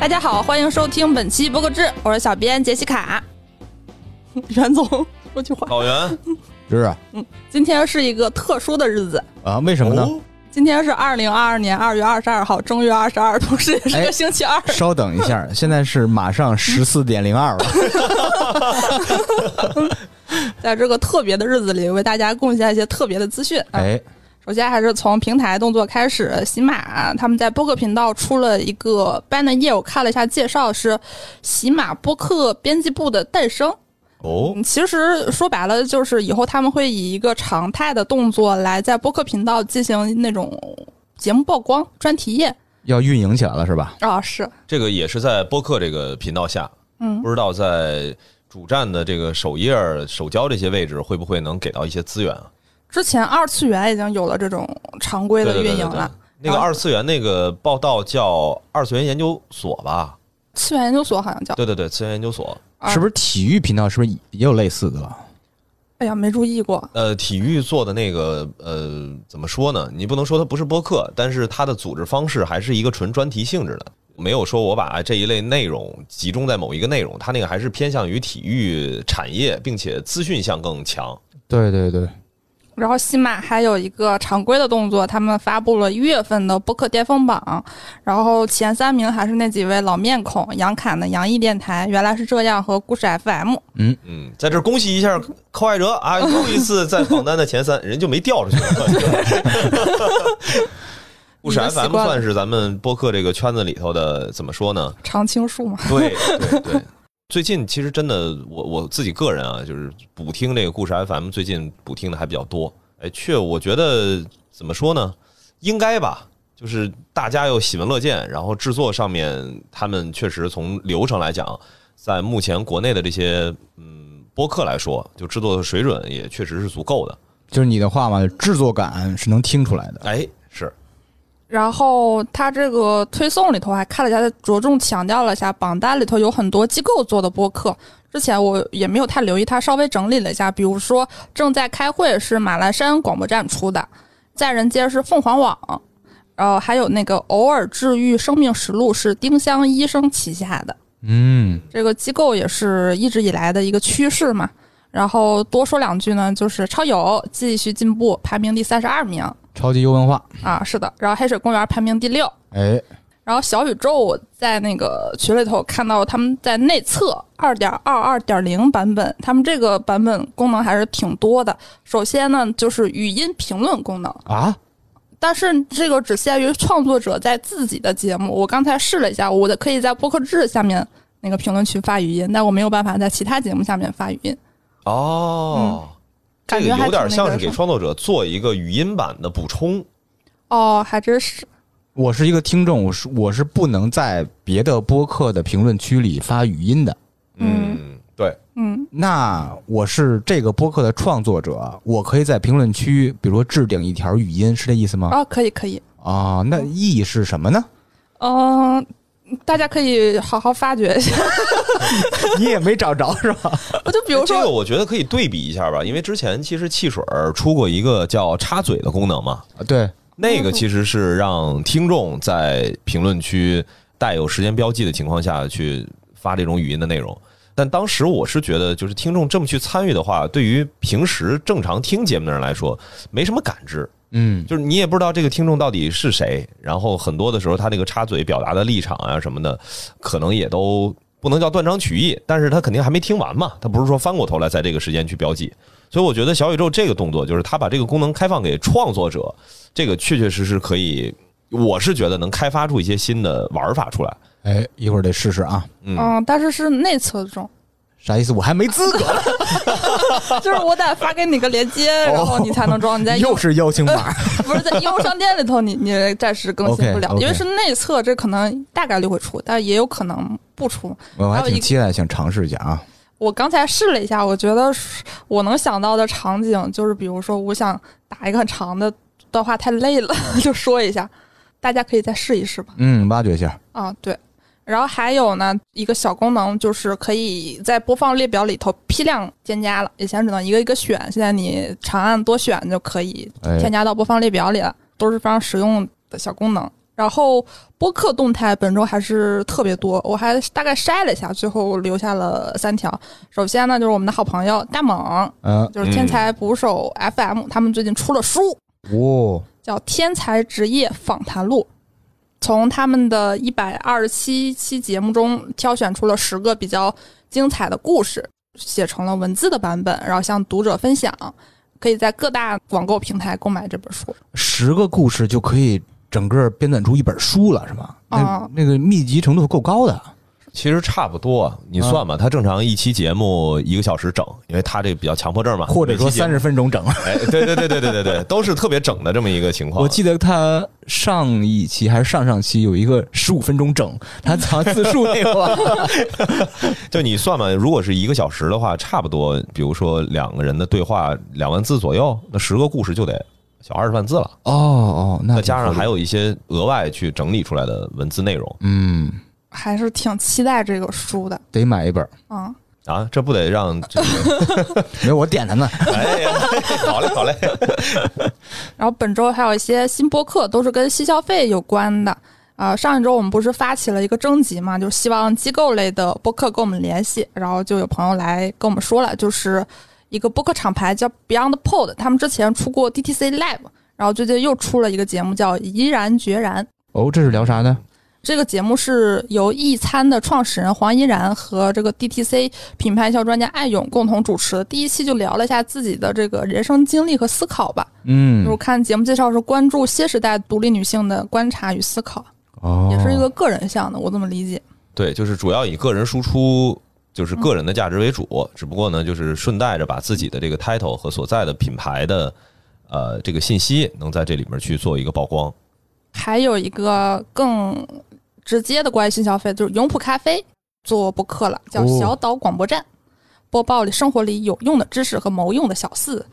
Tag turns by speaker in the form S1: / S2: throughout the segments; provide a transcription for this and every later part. S1: 大家好，欢迎收听本期播客志，我是小编杰西卡。 袁总说句话，
S2: 老袁，
S3: 是啊
S1: 今天是一个特殊的日子，
S3: 啊，为什么呢？
S2: 哦
S1: 今天是二零二二年二月二十二号，正月二十二，同时也是个
S3: 哎
S1: 星期二。
S3: 稍等一下，现在是马上十四点零二了。
S1: 在这个特别的日子里，为大家贡献一些特别的资讯。啊
S3: 哎，
S1: 首先还是从平台动作开始，喜马他们在播客频道出了一个 banner 页，我看了一下介绍，是喜马播客编辑部的诞生。
S2: 哦，
S1: 嗯其实说白了，就是以后他们会以一个常态的动作来在播客频道进行那种节目曝光、专题页
S3: 要运营起来了是吧？
S1: 啊，是
S2: 这个也是在播客这个频道下，
S1: 嗯
S2: 不知道在主站的这个首页、首交这些位置会不会能给到一些资源啊？
S1: 之前二次元已经有了这种常规
S2: 对
S1: 的
S2: 对
S1: 运
S2: 对
S1: 营
S2: 对
S1: 了。啊
S2: 对，那个
S1: 然后
S2: 二次元那个报道叫二次元研究所吧？
S1: 次元研究所好像叫，
S2: 对对对，次元研究所。
S1: 啊
S3: 是不是体育频道是不是也有类似的了？
S1: 哎呀，没注意过。
S2: 呃，体育做的那个呃，怎么说呢？你不能说它不是播客，但是它的组织方式还是一个纯专题性质的，没有说我把这一类内容集中在某一个内容，它那个还是偏向于体育产业，并且资讯项更强。
S3: 对对对，
S1: 然后喜马还有一个常规的动作，他们发布了一月份的播客巅峰榜，然后前三名还是那几位老面孔，杨侃的洋溢电台原来是这样和故事 FM。
S2: 嗯，在这儿恭喜一下寇爱哲 啊，又一次在榜单的前三，人就没掉出去。 故事
S1: 你们习惯
S2: FM
S1: 了
S2: 算是咱们播客这个圈子里头的，怎么说呢？
S1: 常青树 嘛，
S2: 对对对，最近其实真的，我我自己个人啊，就是补听这个故事 FM，最近补听的还比较多。哎，确，我觉得怎么说呢？应该吧，就是大家又喜闻乐见，然后制作上面他们确实从流程来讲，在目前国内的这些嗯播客来说，就制作的水准也确实是足够的。
S3: 就是你的话嘛，制作感是能听出来的。
S2: 哎，是
S1: 然后他这个推送里头还看了一下，他着重强调了一下榜单里头有很多机构做的播客。之前我也没有太留意，他稍微整理了一下，比如说正在开会是马栏山广播站出的，在人街是凤凰网，然后还有那个偶尔治愈生命实录是丁香医生旗下的。
S3: 嗯，
S1: 这个机构也是一直以来的一个趋势嘛。然后多说两句呢，就是超友继续进步，排名第三十二名
S3: 超级优文化。
S1: 啊，是的。然后黑水公园排名第六，
S3: 哎，
S1: 然后小宇宙我在那个群里头看到他们在内测二点二二点零版本，他们这个版本功能还是挺多的。首先呢，就是语音评论功能，
S3: 啊，
S1: 但是这个只限于创作者在自己的节目。我刚才试了一下，我的可以在播客制下面那个评论区发语音，但我没有办法在其他节目下面发语音，
S2: 哦。
S1: 嗯
S2: 这
S1: 感
S2: 个
S1: 觉还挺
S2: 有点像
S1: 那
S2: 是
S1: 个
S2: 给
S1: 什么
S2: 创作者做一个语音版的补充，
S1: 哦，还真是。
S3: 我是一个听众，我是我是不能在别的播客的评论区里发语音的。
S1: 嗯
S2: 嗯，对，
S1: 嗯，
S3: 那我是这个播客的创作者，我可以在评论区，比如说置顶一条语音，是这意思吗？
S1: 哦，可以可以，
S3: 啊，那意义是什么呢？
S1: 嗯、大家可以好好发掘一下。
S3: 你也没找着是吧？
S1: 哎我就比如
S2: 这
S1: 说
S2: 个，我觉得可以对比一下吧，因为之前其实汽水儿出过一个叫插嘴的功能嘛，
S3: 啊对，
S2: 那
S1: 嗯
S2: 个其实是让听众在评论区带有时间标记的情况下去发这种语音的内容。但当时我是觉得，就是听众这么去参与的话，对于平时正常听节目的人来说，没什么感知。
S3: 嗯，
S2: 就是你也不知道这个听众到底是谁，然后很多的时候他这个插嘴表达的立场啊什么的，可能也都不能叫断章取义，但是他肯定还没听完嘛，他不是说翻过头来在这个时间去标记，所以我觉得小宇宙这个动作就是他把这个功能开放给创作者，这个确确实实可以，我是觉得能开发出一些新的玩法出来。
S3: 哎，一会儿得试试啊。
S2: 嗯
S1: 嗯、但是是内测中，
S3: 啥意思？我还没 资格，
S1: 就是我得发给你个链接，然后你才能装。你在
S3: 哦又是邀 请码。
S1: 不是 在应用商店里头你，你暂时更新不了
S3: OK，OK
S1: 因为是内测，这可能大概率会出，但也有可能不出。
S3: 我
S1: 还
S3: 还
S1: 有一个
S3: 挺期待，想尝试一下啊。
S1: 我刚才试了一下，我觉得是我能想到的场景就是，比如说我想打一个很长的的话太累了， 就说一下，大家可以再试一试吧。
S3: 嗯，挖掘一下。
S1: 啊，对。然后还有呢，一个小功能就是可以在播放列表里头批量添加了，以前只能一个一个选，现在你长按多选就可以
S3: 哎
S1: 添加到播放列表里了，都是非常实用的小功能。然后播客动态本周还是特别多，我还大概筛了一下，最后留下了三条。首先呢，就是我们的好朋友大猛，
S3: 嗯，
S1: 就是天才捕手 FM，、他们最近出了书，
S3: 哦，
S1: 叫《天才职业访谈录》，从他们的一百二十七期节目中挑选出了十个比较精彩的故事，写成了文字的版本，然后向读者分享。可以在各大网购平台购买这本书。
S3: 十个故事就可以整个编纂出一本书了，是吗？那、
S1: 啊
S3: 那个密集程度够高的。
S2: 其实差不多啊，你算吧，他正常一期节目一个小时整，因为他这个比较强迫症嘛，
S3: 或者说
S2: 每期节
S3: 三
S2: 目
S3: 十分钟整。
S2: 哎，对对对对对对对，都是特别整的这么一个情况。
S3: 我记得他上一期还是上上期有一个十五分钟整，他好像自述那个吧，
S2: 就你算吧，如果是一个小时的话，差不多，比如说两个人的对话两万字左右，那十个故事就得小二十万字了。
S3: 哦哦，那
S2: 那加上还
S3: 有
S2: 有一些额外去整理出来的文字内容
S3: 嗯，
S1: 还是挺期待这个书的
S3: 得买一本。
S1: 啊、
S2: 啊，这不得让这个？
S3: 没有，我点他呢。
S2: 哎呀，好嘞好嘞，
S1: 然后本周还有一些新播客都是跟新消费有关的啊、上一周我们不是发起了一个征集嘛，就是希望机构类的播客跟我们联系，然后就有朋友来跟我们说了，就是一个播客厂牌叫 Beyond Pod，他们之前出过 DTC Live，然后最近又出了一个节目叫怡然决然。
S3: 哦，这是聊啥呢？
S1: 这个节目是由易餐的创始人黄怡然和这个 DTC 品牌营销专家艾勇共同主持的。第一期就聊了一下自己的这个人生经历和思考吧。
S3: 嗯
S1: 我看节目介绍是关注新时代独立女性的观察与思考，
S3: 哦
S1: 也是一个个人向的，我这么理解。
S2: 对，就是主要以个人输出，就是个人的价值为主，只不过呢，就是顺带着把自己的这个 title 和所在的品牌的呃这个信息，能在这里面去做一个曝光。
S1: 还有一个更直接的关于新消费，就是永璞咖啡做播客了，叫
S3: 哦
S1: 小岛广播站，播报里生活里有用的知识和谋用的小事。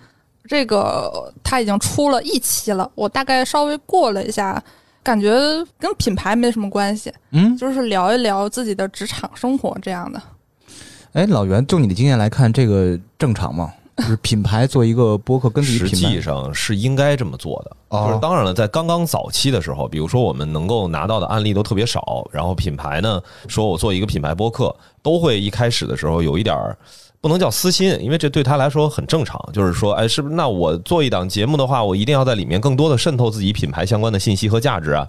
S1: 这个它已经出了一期了，我大概稍微过了一下，感觉跟品牌没什么关系，
S3: 嗯，
S1: 就是聊一聊自己的职场生活这样的。
S3: 哎，老袁，就你的经验来看，这个正常吗？ 就是品牌做一个播客跟自己
S2: 实
S3: 品
S2: 际
S3: 牌，
S2: 上是应该这么做的。
S3: 哦
S2: 就是当然了，在刚刚早期的时候，比如说我们能够拿到的案例都特别少，然后品牌呢说我做一个品牌播客，都会一开始的时候有一点儿。不能叫私心，因为这对他来说很正常。就是说，哎，是不是？那我做一档节目的话，我一定要在里面更多的渗透自己品牌相关的信息和价值啊。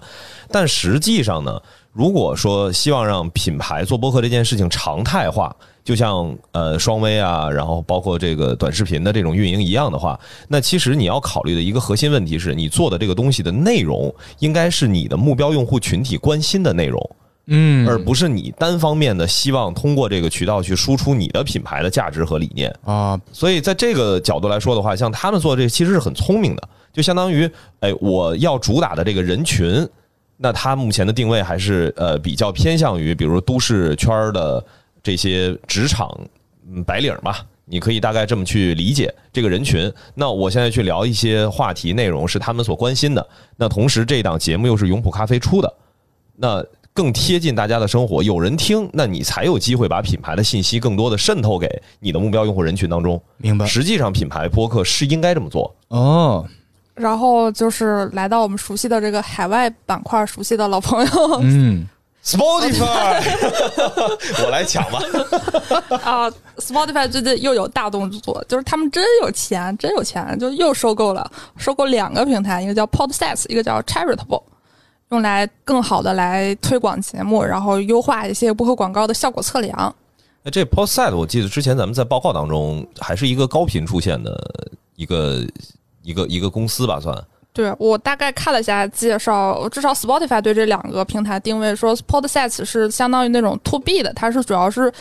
S2: 但实际上呢，如果说希望让品牌做播客这件事情常态化，就像呃双微啊，然后包括这个短视频的这种运营一样的话，那其实你要考虑的一个核心问题是你做的这个东西的内容应该是你的目标用户群体关心的内容，
S3: 嗯
S2: 而不是你单方面的希望通过这个渠道去输出你的品牌的价值和理念。
S3: 啊，
S2: 所以在这个角度来说的话，像他们做这其实是很聪明的，就相当于，哎，我要主打的这个人群，那他目前的定位还是呃比较偏向于，比如都市圈儿的这些职场嗯白领儿吧。你可以大概这么去理解这个人群。那我现在去聊一些话题内容是他们所关心的。那同时，这档节目又是永璞咖啡出的，那更贴近大家的生活，有人听，那你才有机会把品牌的信息更多的渗透给你的目标用户人群当中。
S3: 明白
S2: 实际上，品牌播客是应该这么做。
S3: 哦，
S1: 然后就是来到我们熟悉的这个海外板块，熟悉的老朋友，
S3: 嗯，
S2: Spotify，我来抢吧。
S1: 啊，Spotify 最近又有大动作，就是他们真有钱，真有钱，就又收购了，收购两个平台，一个叫 Podsets，一个叫 Charitable，用来更好的来推广节目，然后优化一些播客广告的效果测量。
S2: 哎这 p o s t s i t e 我记得之前咱们在报告当中还是一个高频出现的一个一个一个公司吧，算。
S1: 对我大概看了一下介绍，至少 Spotify 对这两个平台定位说，Podsets 是相当于那种 To B 的，它是主要是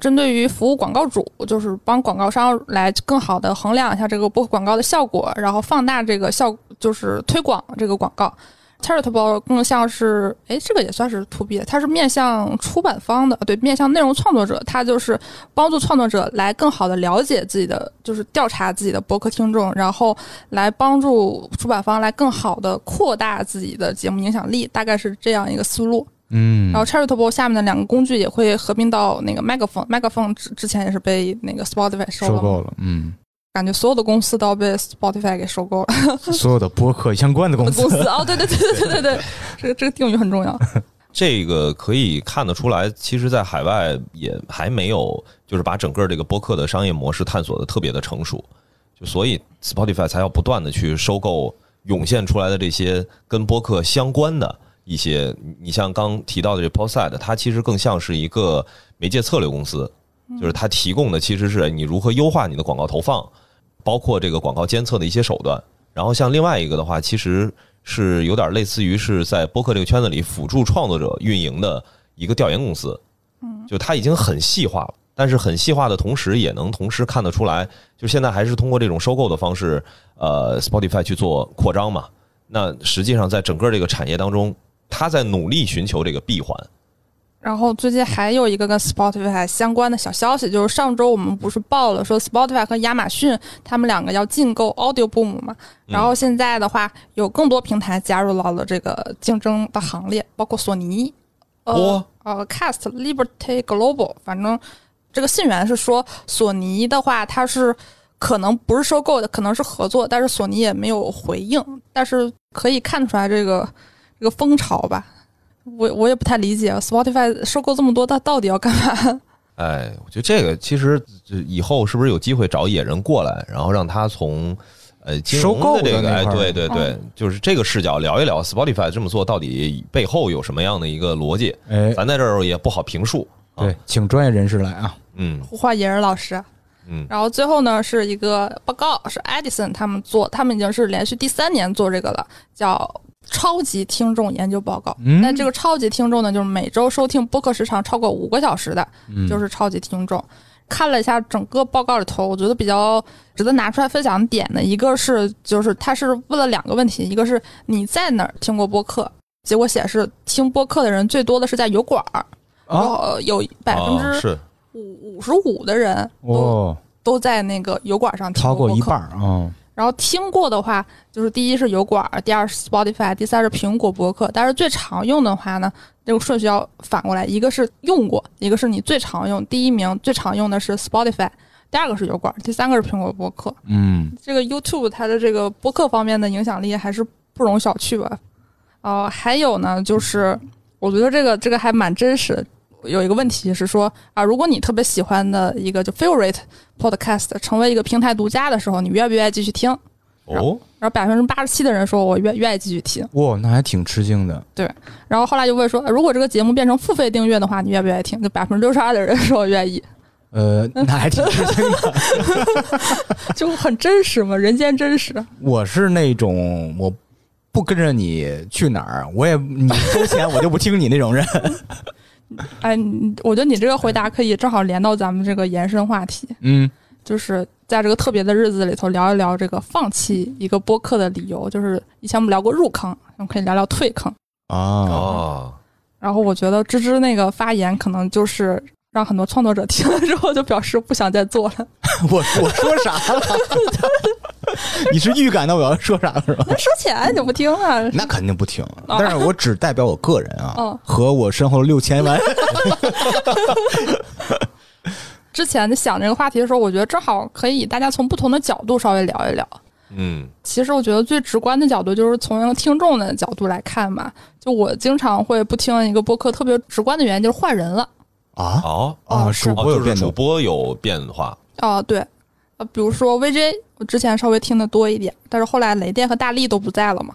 S1: 针对于服务广告主，就是帮广告商来更好的衡量一下这个播客广告的效果，然后放大这个效，就是推广这个广告。Charitable 更像是，哎，这个也算是 To B，的它是面向出版方的，啊对，面向内容创作者，它就是帮助创作者来更好的了解自己的，就是调查自己的博客听众，然后来帮助出版方来更好的扩大自己的节目影响力，大概是这样一个思路。
S3: 嗯
S1: 然后 Charitable 下面的两个工具也会合并到那个 Megaphone，Megaphone 之之前也是被那个 Spotify 收了
S3: 收
S1: 嘛。
S3: 购了，嗯，
S1: 感觉所有的公司都要被 Spotify 给收购了。
S3: 所有的播客相关的公司
S1: 公司哦，对对对对对对 对，这个这个定语很重要。
S2: 这个可以看得出来，其实，在海外也还没有，就是把整个这个播客的商业模式探索的特别的成熟，就所以 Spotify 才要不断的去收购涌现出来的这些跟播客相关的一些，你你像刚提到的这 Podside，它其实更像是一个媒介策略公司，就是它提供的其实是你如何优化你的广告投放，包括这个广告监测的一些手段。然后像另外一个的话，其实是有点类似于是在播客这个圈子里辅助创作者运营的一个调研公司，嗯，就它已经很细化了，但是很细化的同时，也能同时看得出来，就现在还是通过这种收购的方式，呃，Spotify 去做扩张嘛。那实际上在整个这个产业当中，它在努力寻求这个闭环，
S1: 然后最近还有一个跟 Spotify 相关的小消息，就是上周我们不是报了说 Spotify 和亚马逊他们两个要竞购 Audioboom 嘛，然后现在的话有更多平台加入到了这个竞争的行列，包括索尼，呃、
S2: 哦
S1: 呃 Cast、Liberty Global，反正这个信源是说索尼的话它是。可能不是收购的，可能是合作，但是索尼也没有回应。但是可以看出来这个这个风潮吧，我我也不太理解，Spotify 啊收购这么多，它到底要干嘛？
S2: 哎，我觉得这个其实这以后是不是有机会找野人过来，然后让他从呃金融
S3: 收购的
S2: 这个
S3: 那
S2: 哎，
S3: 块儿嗯
S2: 对对对，就是这个视角聊一聊 Spotify 这么做到底背后有什么样的一个逻辑，
S3: 哎，
S2: 咱在这儿也不好评述。啊
S3: 对，请专业人士来啊。
S2: 嗯
S1: 胡化野人老师。
S2: 嗯
S1: 然后最后呢是一个报告，是 Edison 他们做，他们已经是连续第三年做这个了，叫超级听众研究报告。
S3: 嗯
S1: 那这个超级听众呢，就是每周收听播客时长超过五个小时的，
S3: 嗯
S1: 就是超级听众。看了一下整个报告里头，我觉得比较值得拿出来分享的点呢，一个是就是它是问了两个问题，一个是你在哪儿听过播客，结果显示听播客的人最多的是在油管儿，然后
S3: 啊
S1: 呃有百分
S2: 啊
S1: 之
S2: 是
S1: 五五十五的人都、
S3: 哦，
S1: 都在那个油管上听
S3: 超过
S1: 播
S3: 一
S1: 客
S3: 半儿啊。
S1: 然后听过的话，就是第一是油管，第二是 Spotify，第三是苹果播客。但是最常用的话呢，这个顺序要反过来，一个是用过，一个是你最常用。第一名最常用的是 Spotify，第二个是油管，第三个是苹果播客。
S3: 嗯，
S1: 这个 YouTube 它的这个播客方面的影响力还是不容小觑吧。呃，还有呢，就是我觉得这个这个还蛮真实的。有一个问题是说啊，如果你特别喜欢的一个就 favorite podcast 成为一个平台独家的时候，你愿不愿意继续听？
S2: 哦，
S1: 然后百分之八十七的人说我愿愿意继续听。
S3: 哇，那还挺吃惊的。
S1: 然后后来就问说，呃如果这个节目变成付费订阅的话，你愿不愿意听？就百分之六十二的人说愿意，
S3: 呃，那还挺吃惊的。
S1: 就很真实嘛，人间真实。
S3: 我是那种我不跟着你去哪儿，我也你收钱我就不听你那种人。
S1: 哎，你我觉得你这个回答可以正好连到咱们这个延伸话题。
S3: 嗯，
S1: 就是在这个特别的日子里头聊一聊这个放弃一个播客的理由。就是以前我们聊过入坑，我们可以聊聊退坑。
S3: 啊，
S2: 哦，
S1: 然后我觉得芝芝那个发言可能就是让很多创作者听了之后就表示不想再做了。
S3: 我我说啥 了？你是预感到我要说啥了是吧？
S1: 那收钱就不听啊了。
S3: 那肯定不听，但是我只代表我个人啊
S1: 哦，
S3: 和我身后六千万。
S1: 之前在想这个话题的时候，我觉得正好可以大家从不同的角度稍微聊一聊。
S2: 嗯
S1: 其实我觉得最直观的角度就是从一个听众的角度来看嘛。就我经常会不听一个播客，特别直观的原因就是换人了。
S3: 啊
S2: 哦
S3: 啊，
S1: 哦
S3: 主
S1: 是
S2: 哦，
S3: 播
S2: 就
S3: 有
S2: 是
S3: 变
S2: 主
S3: 动，
S2: 播有变化，
S1: 哦，对，呃，比如说 VJ，我之前稍微听的多一点，但是后来雷电和大力都不在了嘛。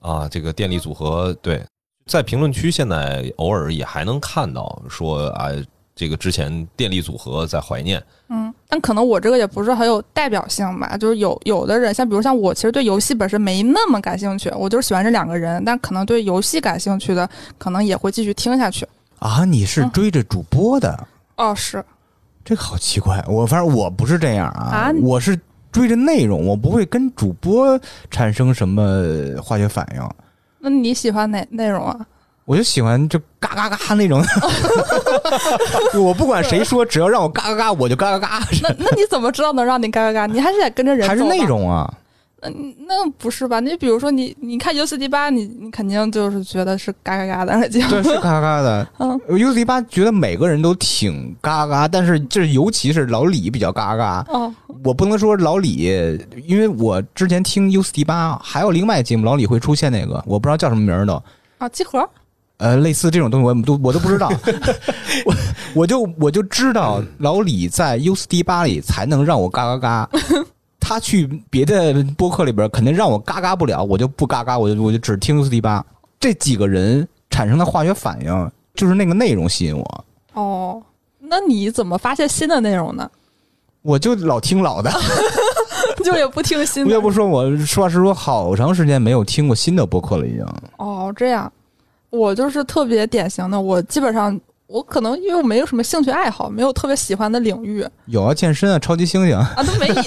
S2: 啊，这个电力组合对，在评论区现在偶尔也还能看到说啊，这个之前电力组合在怀念，
S1: 嗯，但可能我这个也不是很有代表性吧，就是有有的人，像比如像我，其实对游戏本身没那么感兴趣，我就是喜欢这两个人，但可能对游戏感兴趣的，可能也会继续听下去。
S3: 啊，你是追着主播的，
S1: 哦，是
S3: 这个好奇怪。我反正我不是这样啊
S1: 啊，
S3: 我是追着内容，我不会跟主播产生什么化学反应。
S1: 那你喜欢哪内容啊？
S3: 我就喜欢就嘎嘎 嘎那种，我不管谁说，只要让我嘎嘎嘎，我就嘎嘎嘎，
S1: 那那你怎么知道能让你嘎嘎嘎？你还是得跟着人
S3: 还是
S1: 走吧
S3: 内。容啊。
S1: 嗯，那不是吧？你比如说你，你看 U 四 D 八，你你肯定就是觉得是嘎嘎嘎的节目，
S3: 对，是嘎嘎的。
S1: 嗯
S3: ，U 迪八觉得每个人都挺嘎嘎，但是这尤其是老李比较嘎嘎。
S1: 哦，
S3: 我不能说老李，因为我之前听 U 迪八还有另外节目，老李会出现那个，我不知道叫什么名儿的。
S1: 啊，集合，
S3: 呃，类似这种东西，我都我都不知道，我我就我就知道老李在 U 四 D 八里才能让我嘎嘎嘎，他去别的播客里边肯定让我嘎嘎不了，我就不嘎嘎，我就我就只听 U 四 D 八。这几个人产生的化学反应，就是那个内容吸引我，
S1: 哦，那你怎么发现新的内容呢？
S3: 我就老听老的。
S1: 就也不听新
S3: 不
S1: 的
S3: 得不说，我实话实说，好长时间没有听过新的播客了，已经。
S1: 哦，这样，我就是特别典型的，我基本上我可能因为我没有什么兴趣爱好，没有特别喜欢的领域啊，
S3: 有啊，健身啊，超级猩猩。
S1: 都没 瘾。就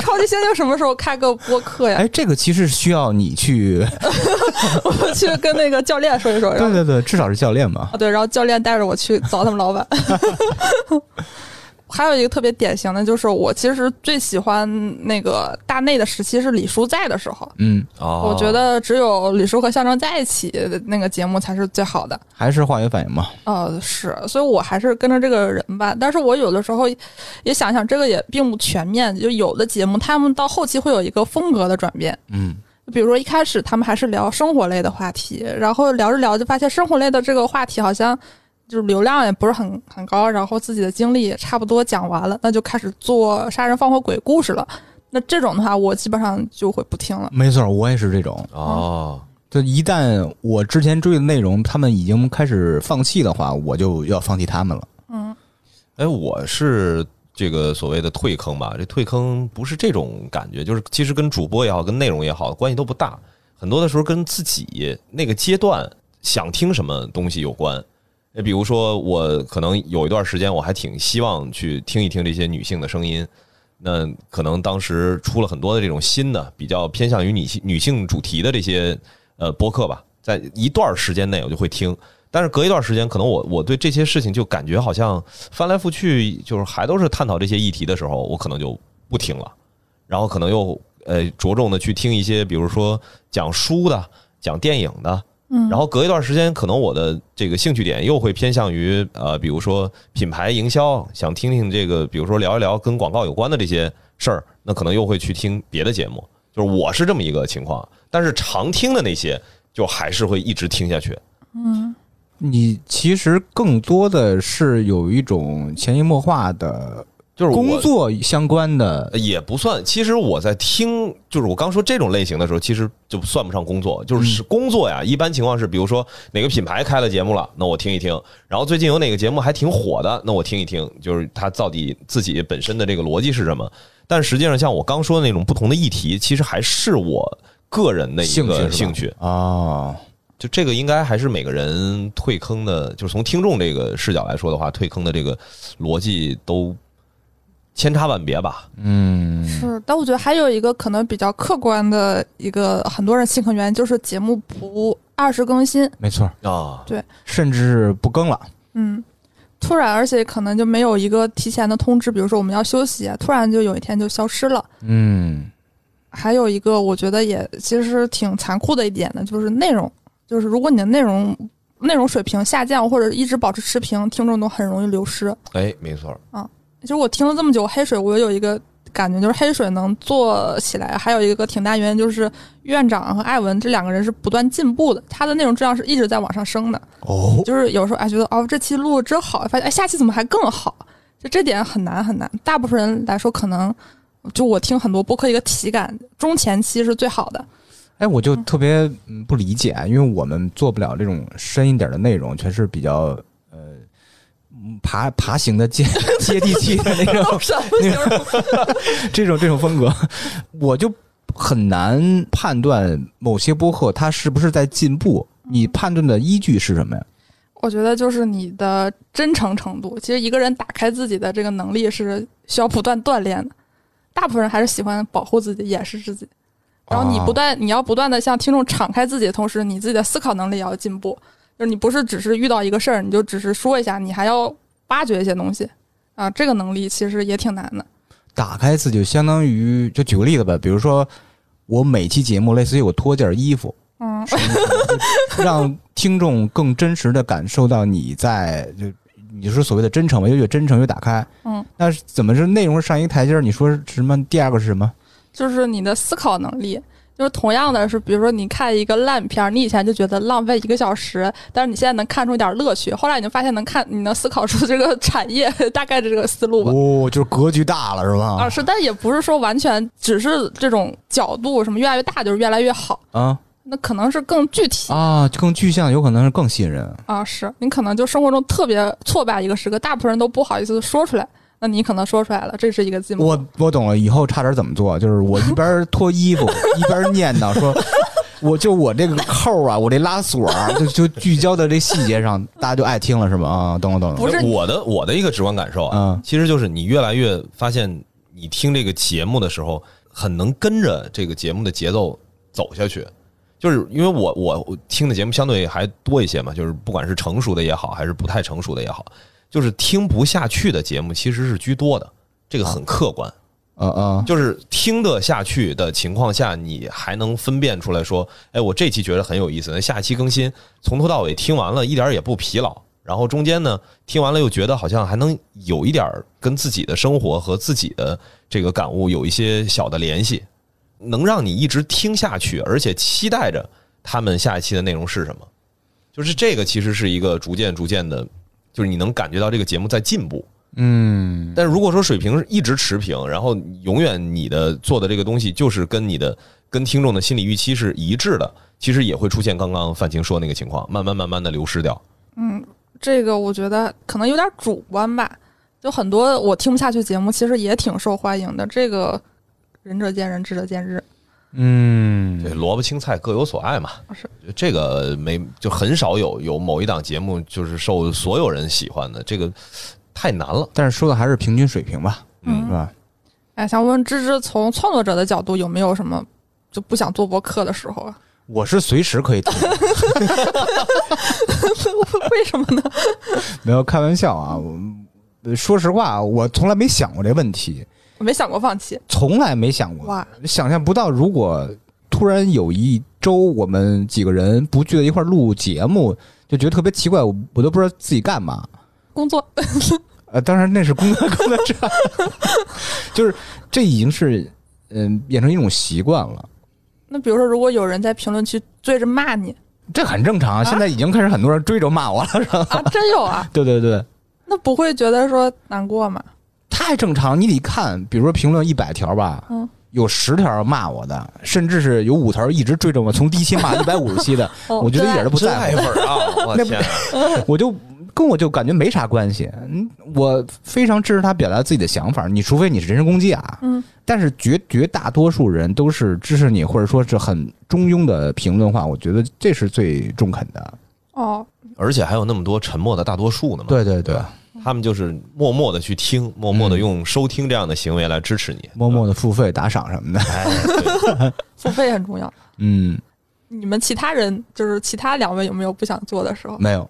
S1: 超级猩猩什么时候开个播客呀？
S3: 哎，这个其实需要你去，
S1: 我 去跟那个教练说一说，然
S3: 对
S1: 后
S3: 对对，至少是教练吧。
S1: 啊对，然后教练带着我去找他们老板。 还有一个特别典型的就是，我其实最喜欢那个大内的时期是李叔在的时候，
S3: 嗯，
S2: 哦，
S1: 我觉得只有李叔和象征在一起的那个节目才是最好的。
S3: 还是化学反应嘛。
S1: 呃，是，所以我还是跟着这个人吧。但是我有的时候也想想，这个也并不全面。就有的节目，他们到后期会有一个风格的转变。
S3: 嗯，
S1: 比如说一开始他们还是聊生活类的话题，然后聊着聊就发现生活类的这个话题好像就是流量也不是很很高，然后自己的经历也差不多讲完了，那就开始做杀人放火鬼故事了。那这种的话，我基本上就会不听了。
S3: 没错，我也是这种。
S2: 哦，
S3: 就一旦我之前追的内容，他们已经开始放弃的话，我就要放弃他们了。
S1: 嗯，
S2: 哎，我是这个所谓的退坑吧，这退坑不是这种感觉，就是其实跟主播也好，跟内容也好，关系都不大，很多的时候跟自己那个阶段想听什么东西有关。呃，比如说我可能有一段时间，我还挺希望去听一听这些女性的声音。那可能当时出了很多的这种新的，比较偏向于女性女性主题的这些呃播客吧，在一段时间内我就会听，但是隔一段时间，可能我我对这些事情就感觉好像翻来覆去，就是还都是探讨这些议题的时候，我可能就不听了，然后可能又呃着重的去听一些，比如说讲书的、讲电影的，嗯，然后隔一段时间，可能我的这个兴趣点又会偏向于呃，比如说品牌营销，想听听这个，比如说聊一聊跟广告有关的这些事儿，那可能又会去听别的节目，就是我是这么一个情况，但是常听的那些就还是会一直听下去，
S3: 你其实更多的是有一种潜移默化的
S2: 就是我
S3: 工作相关的，
S2: 呃也不算。其实我在听，就是我刚说这种类型的时候，其实就算不上工作，
S3: 嗯
S2: 就是是工作呀。一般情况是，比如说哪个品牌开了节目了，那我听一听；然后最近有哪个节目还挺火的，那我听一听，就是它到底自己本身的这个逻辑是什么。但实际上，像我刚说的那种不同的议题，其实还是我个人的一
S3: 兴趣是吧
S2: 个兴趣。
S3: 哦，
S2: 就这个应该还是每个人退坑的，就是从听众这个视角来说的话，退坑的这个逻辑都千差万别吧。
S3: 嗯，
S1: 是，但我觉得还有一个可能比较客观的一个很多人心疼原因，就是节目不按时更新，
S3: 没错，
S2: 啊，
S3: 甚至是不更了。
S1: 嗯，突然，而且可能就没有一个提前的通知，比如说我们要休息，突然就有一天就消失了。
S3: 嗯，
S1: 还有一个，我觉得也其实挺残酷的一点呢，就是内容，就是如果你的内容内容水平下降或者一直保持持平，听众都很容易流失。
S2: 哎，没错。
S1: 其实我听了这么久黑水，我有一个感觉，就是黑水能做起来，还有一个挺大原因就是院长和艾文这两个人是不断进步的，他的内容质量是一直在往上升
S2: 嗯
S1: 的。
S3: 哦，
S1: 就是有时候哎觉得哦这期录得真好，发现哎下期怎么还更好？就这点很难很难。大部分人来说，可能就我听很多播客一个体感，中前期是最好的。
S3: 哎，我就特别嗯不理解，因为我们做不了这种深一点的内容，全是比较呃嗯爬爬行的 接接地气的那种
S1: 什么形容？
S3: 这种这 种风格，我就很难判断某些播客它是不是在进步。你判断的依据是什么呀？
S1: 我觉得就是你的真诚程度。其实一个人打开自己的这个能力是需要不断锻炼的。大部分人还是喜欢保护自己、掩饰自己。然后你
S3: 哦
S1: 不断，你要不断的向听众敞开自己的同时，你自己的思考能力也要进步。就是你不是只是遇到一个事儿，你就只是说一下，你还要挖掘一些东西啊。这个能力其实也挺难的。
S3: 打开自己就相当于，就举个例子吧，比如说我每期节目类似于我脱件儿衣服，
S1: 嗯，
S3: 让听众更真实的感受到你在就你说所谓的真诚吧，因为越真诚越打开。
S1: 嗯，
S3: 那是怎么是内容上一个台阶儿？你说是什么？第二个是什么？
S1: 就是你的思考能力。就是同样的是，比如说你看一个烂片儿，你以前就觉得浪费一个小时，但是你现在能看出一点乐趣。后来你就发现能看，你能思考出这个产业大概这个思路吧。
S3: 哦，就是格局大了是
S1: 啊，
S3: 吧？
S1: 是，但也不是说完全只是这种角度什么越来越大就是越来越好，
S3: 啊
S1: 那可能是更具体
S3: 啊，就更具象，有可能是更吸引人。
S1: 啊，是你可能就生活中特别挫败一个时刻，大部分人都不好意思说出来，那你可能说出来了，这是一个进步。
S3: 我我懂了，以后差点怎么做？就是我一边脱 衣服一边念叨说，我就我这个扣啊，我这拉 锁啊，就就聚焦在这细节上，大家就爱听了是吗？啊，懂了懂了。
S1: 不是
S2: 我的我的一个直观感受啊，
S3: 嗯
S2: 其实就是你越来越发现，你听这个节目的时候，很能跟着这个节目的节奏走下去。就是因为我我我听的节目相对还多一些嘛，就是不管是成熟的也好，还是不太成熟的也好，就是听不下去的节目其实是居多的，这个很客观。
S3: 嗯嗯，
S2: 就是听得下去的情况下，你还能分辨出来说，哎，我这期觉得很有意思，那下期更新，从头到尾听完了，一点儿也不疲劳。然后中间呢，听完了又觉得好像还能有一点儿跟自己的生活和自己的这个感悟有一些小的联系，能让你一直听下去，而且期待着他们下一期的内容是什么。就是这个其实是一个逐渐逐渐的，就是你能感觉到这个节目在进步。
S3: 嗯，
S2: 但是如果说水平是一直持平，然后永远你的做的这个东西就是跟你的跟听众的心理预期是一致的，其实也会出现刚刚范晴说那个情况，慢慢慢慢的流失掉。
S1: 嗯这个我觉得可能有点主观吧，就很多我听不下去节目，其实也挺受欢迎的。这个仁者见仁，智者见智。
S3: 嗯哦
S2: 对，萝卜青菜各有所爱嘛，
S1: 是
S2: 这个没就很少有有某一档节目就是受所有人喜欢的，这个太难了。
S3: 但是说的还是平均水平吧，
S2: 嗯
S3: 是吧？
S1: 哎，想问芝芝，从创作者的角度，有没有什么就不想做播客的时候啊？
S3: 我是随时可以听，
S1: 为 什么呢？
S3: 没有开玩笑啊。我说实话，啊我从来没想过这问题，
S1: 我没想过放弃。
S3: 从来没想过，
S1: 哇，
S3: 想象不到如果突然有一周我们几个人不聚在一块儿录节目，就觉得特别奇怪，我我都不知道自己干嘛。
S1: 工作，
S3: 呃，当然那是工作工作站，就是这已经是嗯变成一种习惯了。
S1: 那比如说，如果有人在评论区追着骂 你
S3: 这很正常啊，现在已经开始很多人追着骂我了，是吧？
S1: 啊，真有啊，
S3: 对对对，
S1: 那不会觉得说难过吗？
S3: 太正常。你得看，比如说评论一百条吧，
S1: 嗯
S3: 有十条骂我的，甚至是有五条一直追着我，从第一期骂一百五十期的，
S1: 哦
S3: 我觉得一点都不
S2: 真
S3: 在乎
S2: 爱。粉儿啊！我
S3: 那不
S2: 天啊，
S3: 我就跟我就感觉没啥关系。嗯，我非常支持他表达自己的想法，你除非你是人身攻击啊。
S1: 嗯，
S3: 但是绝绝大多数人都是支持你，或者说是很中庸的评论话，我觉得这是最中肯的。
S1: 哦，
S2: 而且还有那么多沉默的大多数呢嘛，
S3: 对对对，
S2: 他们就是默默的去听，默默的用收听这样的行为来支持你，
S3: 嗯默默的付费打赏什么的。
S2: 哎，对
S1: 付费很重要。
S3: 嗯，
S1: 你们其他人就是其他两位有没有不想做的时候
S3: 没有，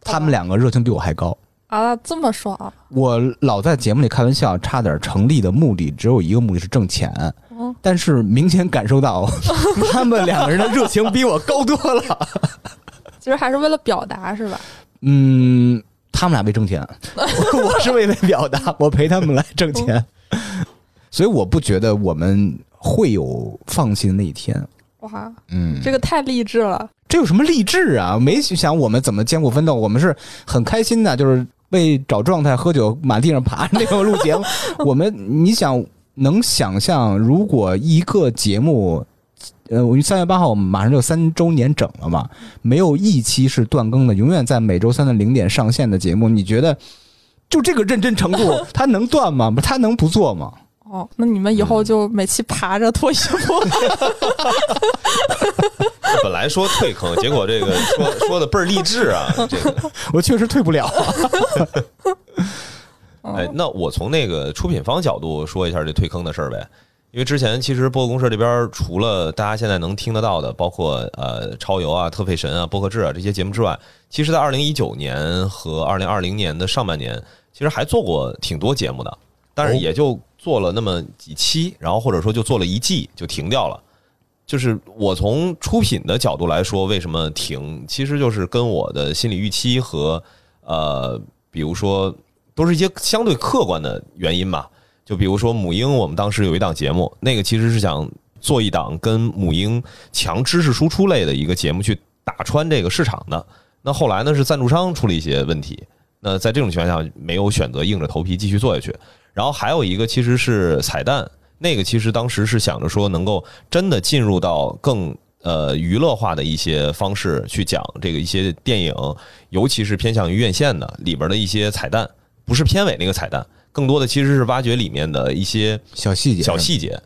S3: 他们两个热情比我还高。
S1: 啊？这么说啊，
S3: 我老在节目里开玩笑，差点成立的目的只有一个目的是挣钱，
S1: 嗯
S3: 但是明显感受到他们两个人的热情比我高多了。
S1: 其实还是为了表达是吧？
S3: 嗯，他们俩为挣钱，我是为了表达，我陪他们来挣钱，所以我不觉得我们会有放弃的那一天。
S1: 哇，
S3: 嗯，
S1: 这个太励志了。
S3: 这有什么励志啊？没想我们怎么艰苦奋斗，我们是很开心的，就是为找状态喝酒，满地上爬那种录节目。我们，你想能想象，如果一个节目，呃，我们三月八号马上就三周年整了嘛，没有一期是断更的，永远在每周三的零点上线的节目，你觉得就这个认真程度，它能断吗？不它能不做吗？
S1: 哦，那你们以
S3: 嗯
S1: 后就每期爬着脱衣服，
S2: 本来说退坑，结果这个说说的倍儿励志啊！这个，
S3: 我确实退不了啊。
S2: 哎，那我从那个出品方角度说一下这退坑的事儿呗。因为之前其实播客公社这边除了大家现在能听得到的，包括呃超游啊、特费神啊、播客志啊这些节目之外，其实在二零一九年和二零二零年的上半年，其实还做过挺多节目的，但是也就做了那么几期，然后或者说就做了一季就停掉了。就是我从出品的角度来说，为什么停，其实就是跟我的心理预期和呃，比如说都是一些相对客观的原因吧。就比如说母婴，我们当时有一档节目，那个其实是想做一档跟母婴强知识输出类的一个节目，去打穿这个市场的。那后来呢，是赞助商出了一些问题。那在这种情况下，没有选择硬着头皮继续做下去。然后还有一个其实是彩蛋，那个其实当时是想着说能够真的进入到更呃娱乐化的一些方式去讲这个一些电影，尤其是偏向于院线的里边的一些彩蛋，不是片尾那个彩蛋，更多的其实是挖掘里面的一些
S3: 小细节，
S2: 小细节。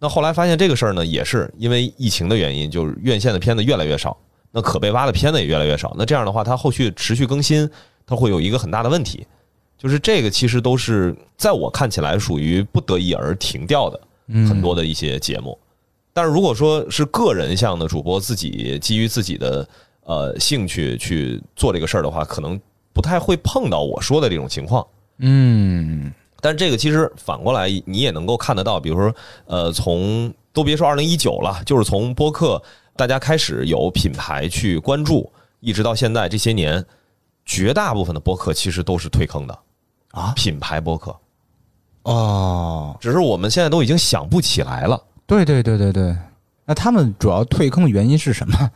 S2: 那后来发现这个事儿呢，也是因为疫情的原因，就是院线的片子越来越少，那可被挖的片子也越来越少。那这样的话，它后续持续更新，它会有一个很大的问题，就是这个其实都是在我看起来属于不得已而停掉的
S3: 嗯
S2: 很多的一些节目。但是如果说是个人向的主播自己基于自己的呃兴趣去做这个事儿的话，可能不太会碰到我说的这种情况。
S3: 嗯，
S2: 但这个其实反过来你也能够看得到，比如说，呃，从都别说二零一九了，就是从播客大家开始有品牌去关注，一直到现在这些年，绝大部分的播客其实都是退坑的
S3: 啊
S2: 品牌播客，
S3: 哦，
S2: 只是我们现在都已经想不起来了。
S3: 对对对对对，那他们主要退坑的原因是什么？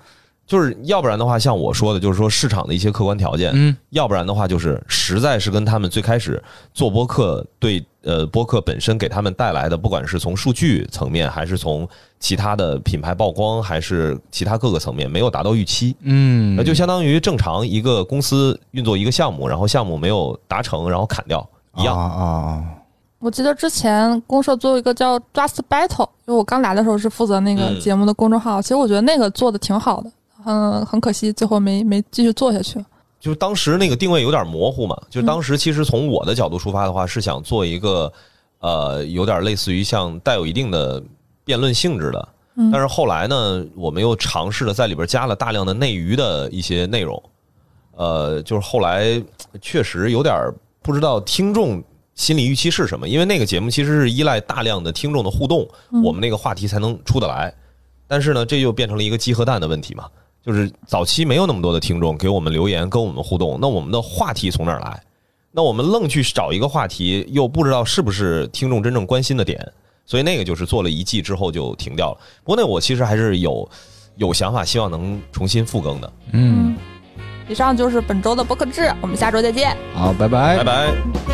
S2: 就是要不然的话，像我说的，就是说市场的一些客观条件，
S3: 嗯，
S2: 要不然的话，就是实在是跟他们最开始做播客对呃播客本身给他们带来的，不管是从数据层面，还是从其他的品牌曝光，还是其他各个层面，没有达到预期。
S3: 嗯
S2: 那就相当于正常一个公司运作一个项目，然后项目没有达成，然后砍掉一样。
S3: 啊啊啊！
S1: 我记得之前公社做一个叫 Just Battle，因为我刚来的时候是负责那个
S2: 嗯
S1: 节目的公众号，其实我觉得那个做的挺好的，嗯，很可惜最后没没继续做下去。
S2: 就是当时那个定位有点模糊嘛，就是当时其实从我的角度出发的话，是想做一个呃有点类似于像带有一定的辩论性质的，
S1: 嗯
S2: 但是后来呢，我们又尝试了在里边加了大量的内娱的一些内容，呃，就是后来确实有点不知道听众心理预期是什么，因为那个节目其实是依赖大量的听众的互动，我们那个话题才能出得来。但是呢，这就变成了一个鸡和蛋的问题嘛，就是早期没有那么多的听众给我们留言跟我们互动，那我们的话题从哪儿来？那我们愣去找一个话题，又不知道是不是听众真正关心的点，所以那个就是做了一季之后就停掉了。不过那我其实还是有有想法，希望能重新复更的。
S3: 嗯，
S1: 以上就是本周的播客志，我们下周再见。
S3: 好，拜
S2: 拜拜。